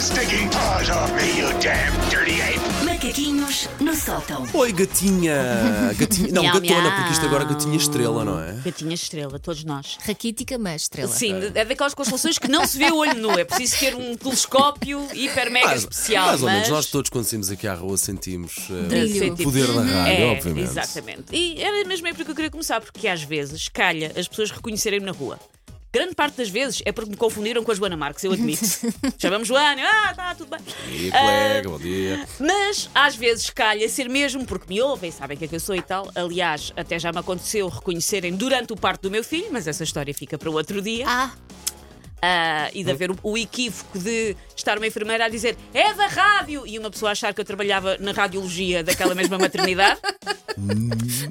sticking paws off me, you damn dirty ape! Macaquinhos no sótão. Oi, gatinha! gatinha não, Miau, gatona, miau. porque isto agora é gatinha estrela, não é? Gatinha estrela, todos nós. Raquítica, mas estrela. Sim, de- é daquelas constelações que não se vê a olho nu. É preciso ter um telescópio hiper mega especial. mais ou menos, mas- nós todos quando saímos aqui à rua sentimos eh, Brilho. o poder da rádio, é, obviamente. Exatamente. E era mesmo aí porque eu queria começar, porque às vezes calha as pessoas reconhecerem-me na rua. Grande parte das vezes é porque me confundiram com a Joana Marques, eu admito. Chamamos Joana, ah, tá, tudo bem. E Ah, colega, bom dia. mas às vezes calha ser mesmo, porque me ouvem, sabem quem é que eu sou e tal. Aliás, até já me aconteceu reconhecerem durante o parto do meu filho, mas essa história fica para outro dia. Ah, Ah, e de haver o, o equívoco de estar uma enfermeira a dizer é da rádio e uma pessoa achar que eu trabalhava na radiologia daquela mesma maternidade.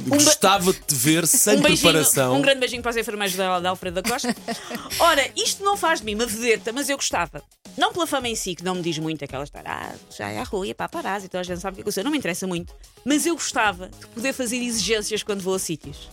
Gostava de te ver sem um, beijinho, preparação. um grande beijinho para as enfermeiras da, da Alfredo da Costa. Ora, isto não faz de mim uma vedeta, mas eu gostava. Não pela fama em si, que não me diz muito aquela história, ah, já é a rua, é paparazzi, então a gente sabe o que é que eu sou. Não me interessa muito. Mas eu gostava de poder fazer exigências quando vou a sítios.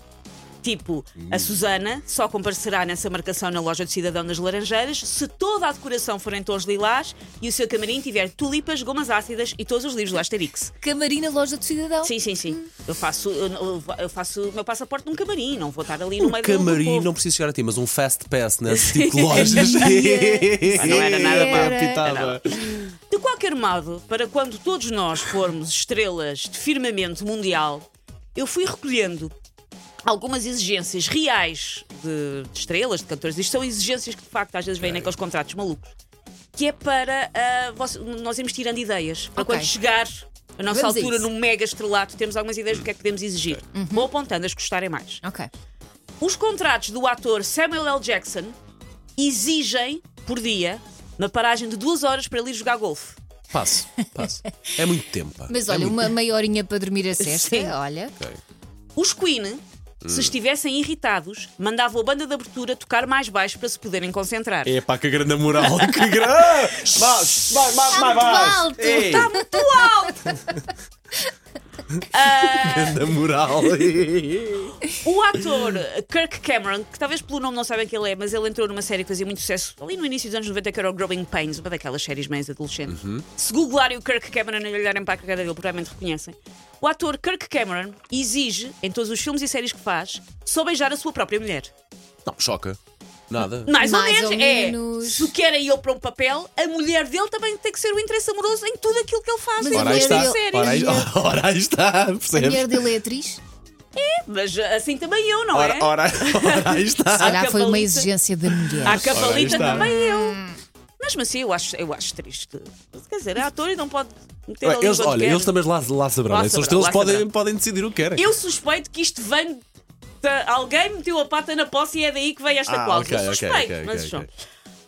Tipo, a Susana só comparecerá nessa marcação na loja do Cidadão das Laranjeiras se toda a decoração for em tons lilás e o seu camarim tiver tulipas, gomas ácidas e todos os livros do Asterix. Camarina Loja do Cidadão. Sim, sim, sim. Eu faço, eu, eu- eu faço o meu passaporte num camarim, não vou estar ali no Um meio do- do camarim, povo. não preciso chegar a ti, mas um fast pass nesse tipo de lojas. não era nada mau. pitava. De qualquer modo, para quando todos nós formos estrelas de firmamento mundial, eu fui recolhendo algumas exigências reais de, de estrelas, de cantores. Isto são exigências que de facto às vezes vêm naqueles contratos malucos. Que é para ah, voce- nós irmos tirando ideias. Para Ok. quando chegar a nossa Vamos a altura isso. num mega estrelato, temos algumas ideias do que é que podemos exigir. Vou apontando as que gostarem mais. Ok. Os contratos do ator Samuel L. Jackson exigem, por dia, uma paragem de duas horas para ele ir jogar golfe. Passo, passo. É muito tempo. pá. Mas É olha, muito uma meia horinha para dormir a cesta, Sim. olha. tempo. Ok. Os Queen, se estivessem irritados, mandavam a banda de abertura tocar mais baixo para se poderem concentrar. É pá, que grande moral, que grande! Mas, mas, mas, mas, mas. alto. Ei, Está muito alto! grande moral! O ator eh, Kirk Cameron, que talvez pelo nome não sabem quem ele é, mas ele entrou numa série que fazia muito sucesso ali no início dos anos 90, que era o Growing Pains, uma daquelas séries mais adolescentes. Se googlarem o Kirk Cameron e olharem para a carreira dele, provavelmente reconhecem. O ator Kirk Cameron exige, em todos os filmes e séries que faz, só beijar a sua própria mulher. Não, choca. Nada. Mais, ou, Mais menos, ou é. menos. Se o querem ele para um papel, a mulher dele também tem que ser o interesse amoroso em tudo aquilo que ele faz. Mas em a Ora todas aí as está, séries. ora aí, ora aí está, é A mulher percebes? dele é atriz? Se Mas assim também eu, não Ora, é? ora, ora aí está. calhar foi uma cabalita. exigência da A mulher. Ora, aí cavalita está. também eu. Mesmo assim, eu acho, eu acho triste. Quer dizer, é ator e não pode meter Ué, a eles, língua onde olha, quer. eles também lá, lá saberão. um Lá né? São os saberão, teus, lá podem, saberão. podem decidir o que querem. Eu suspeito que isto vem. de- Alguém meteu a pata na posse e é daí que vem esta Ah, cláusula. ok, ok, suspeito, ok, mas ok, não. ok.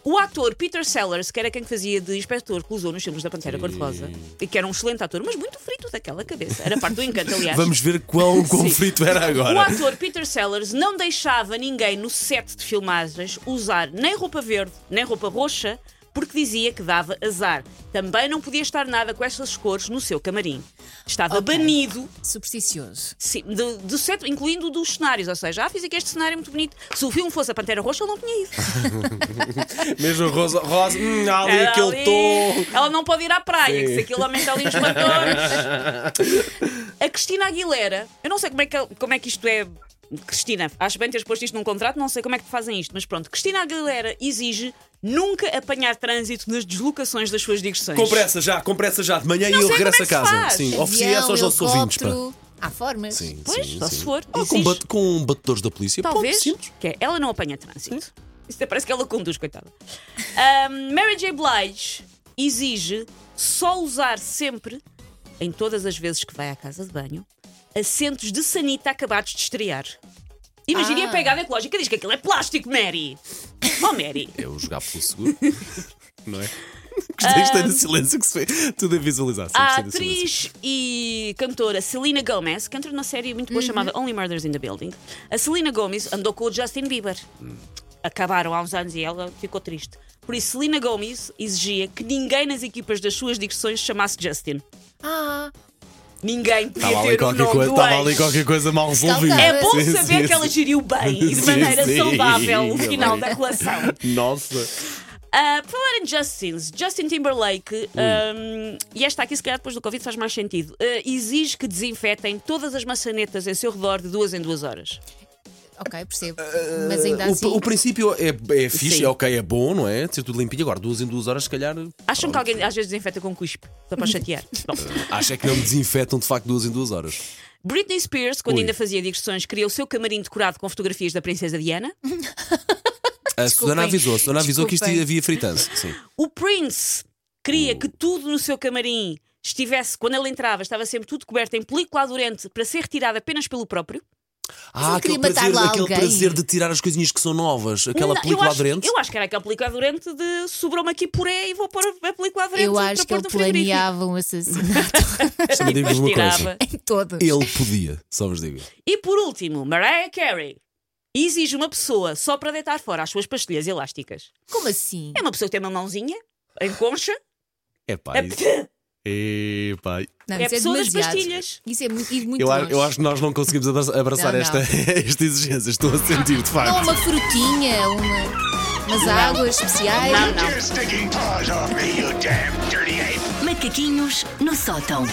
O ator Peter Sellers, que era quem fazia de inspetor que usou nos filmes da Pantera Cor-de-Rosa, e que era um excelente ator, mas muito frito daquela cabeça. Era parte do encanto, aliás. Vamos ver quão conflito era O agora. ator Peter Sellers não deixava ninguém no set de filmagens usar nem roupa verde, nem roupa roxa, porque dizia que dava azar. Também não podia estar nada com estas cores no seu camarim. Estava banido Supersticioso. sim, do, do set, incluindo dos cenários. Ou seja, ah, fiz aqui este cenário muito bonito. Se o filme fosse a Pantera Roxa, ele não tinha ido. Mesmo Rosa, Rosa hum, há ali Ela aquele ali- tom. Ela não pode ir à praia, Sim. que se aquilo aumenta ali os fatores. A Cristina Aguilera, eu não sei como é que, como é que isto é. Cristina, acho bem teres posto isto num contrato, não sei como é que fazem isto, mas pronto. Cristina Aguilera exige nunca apanhar trânsito nas deslocações das suas digressões. Com pressa já, com pressa já. De manhã e Não eu sei regresso como é a que se casa. faz. Sim, Avião, ofereci essa aos nossos ouvintes. Pá. helicóptero. Há formas. Sim, Pois, sim, só sim. se for, Ou com, existe. bate- com batedores da polícia. Pronto, Talvez. simples. que é, ela não apanha trânsito. Isso até parece que ela conduz, coitada. Ahm, Mary J. Blige exige só usar sempre, em todas as vezes que vai à casa de banho, assentos de sanita acabados de estrear. Imagina Ah. a pegada ecológica, diz que aquilo é plástico, Mary! Oh, Mary! Eu É jogar pelo seguro. Não é? Gostei, gostei do silêncio que se fez. Tudo a visualizar. sim, A gostei do silêncio. Ah, atriz e cantora Selena Gomez, que entrou na série muito boa chamada Only Murders in the Building, a Selena Gomez andou com o Justin Bieber. Hum. Acabaram há uns anos e ela ficou triste. Por isso, Selena Gomez exigia que ninguém nas equipas das suas digressões chamasse Justin. Ah, Ninguém podia Estava ali, ter o qualquer nome coisa, do estava ali ex. qualquer coisa mal resolvida. Calcada. É bom Sim, saber sim, que ela sim. geriu bem e de Sim, maneira sim, saudável o ainda final bem. da relação. Nossa. Ah, por falar em Justins, Justin Timberlake, ahm, e esta aqui, se calhar depois do Covid, faz mais sentido, ah, exige que desinfetem todas as maçanetas em seu redor de duas em duas horas. Ok, percebo. Mas ainda Ah, o, assim. o princípio é, é fixe, Sim. é ok, é bom, não é? Ser tudo limpinho. Agora, duas em duas horas, se calhar. Acham que alguém às vezes desinfeta com um cuspe, só para chatear? Bom. Acho é que não me desinfetam de facto duas em duas horas. Britney Spears, quando Ui. ainda fazia digressões, criou o seu camarim decorado com fotografias da princesa Diana. A Susana avisou, a Susana avisou que isto Desculpem. havia fritança. Sim. O Prince queria que tudo no seu camarim estivesse, quando ele entrava, estava sempre tudo coberto em película adorante para ser retirado apenas pelo próprio. Ah, eu aquele queria matar prazer, lá aquele alguém. prazer de tirar as coisinhas que são novas, aquela Não, película eu acho, aderente. Eu acho que era aquela película aderente de sobrou-me aqui puré e vou pôr a película aderente. Eu para acho que pôr ele no frigorífico. planeava um assassinato Também digo-vos uma Depois coisa. tirava. em todo. Ele podia, só vos digo. E por último, Mariah Carey exige uma pessoa só para deitar fora as suas pastilhas elásticas. Como assim? É uma pessoa que tem uma mãozinha em concha. É pá, isso. É pá. Não, É isso a pessoa das demasiado. pastilhas. Isso é muito, ir muito Eu, a- longe. eu acho que nós não conseguimos abra- abraçar Não, esta, esta exigência. Estou a sentir, de Não, facto. uma frutinha, uma, umas águas especiais. Não, não. Get your stinking paws off me, you damn dirty ape! Macaquinhos no sótão.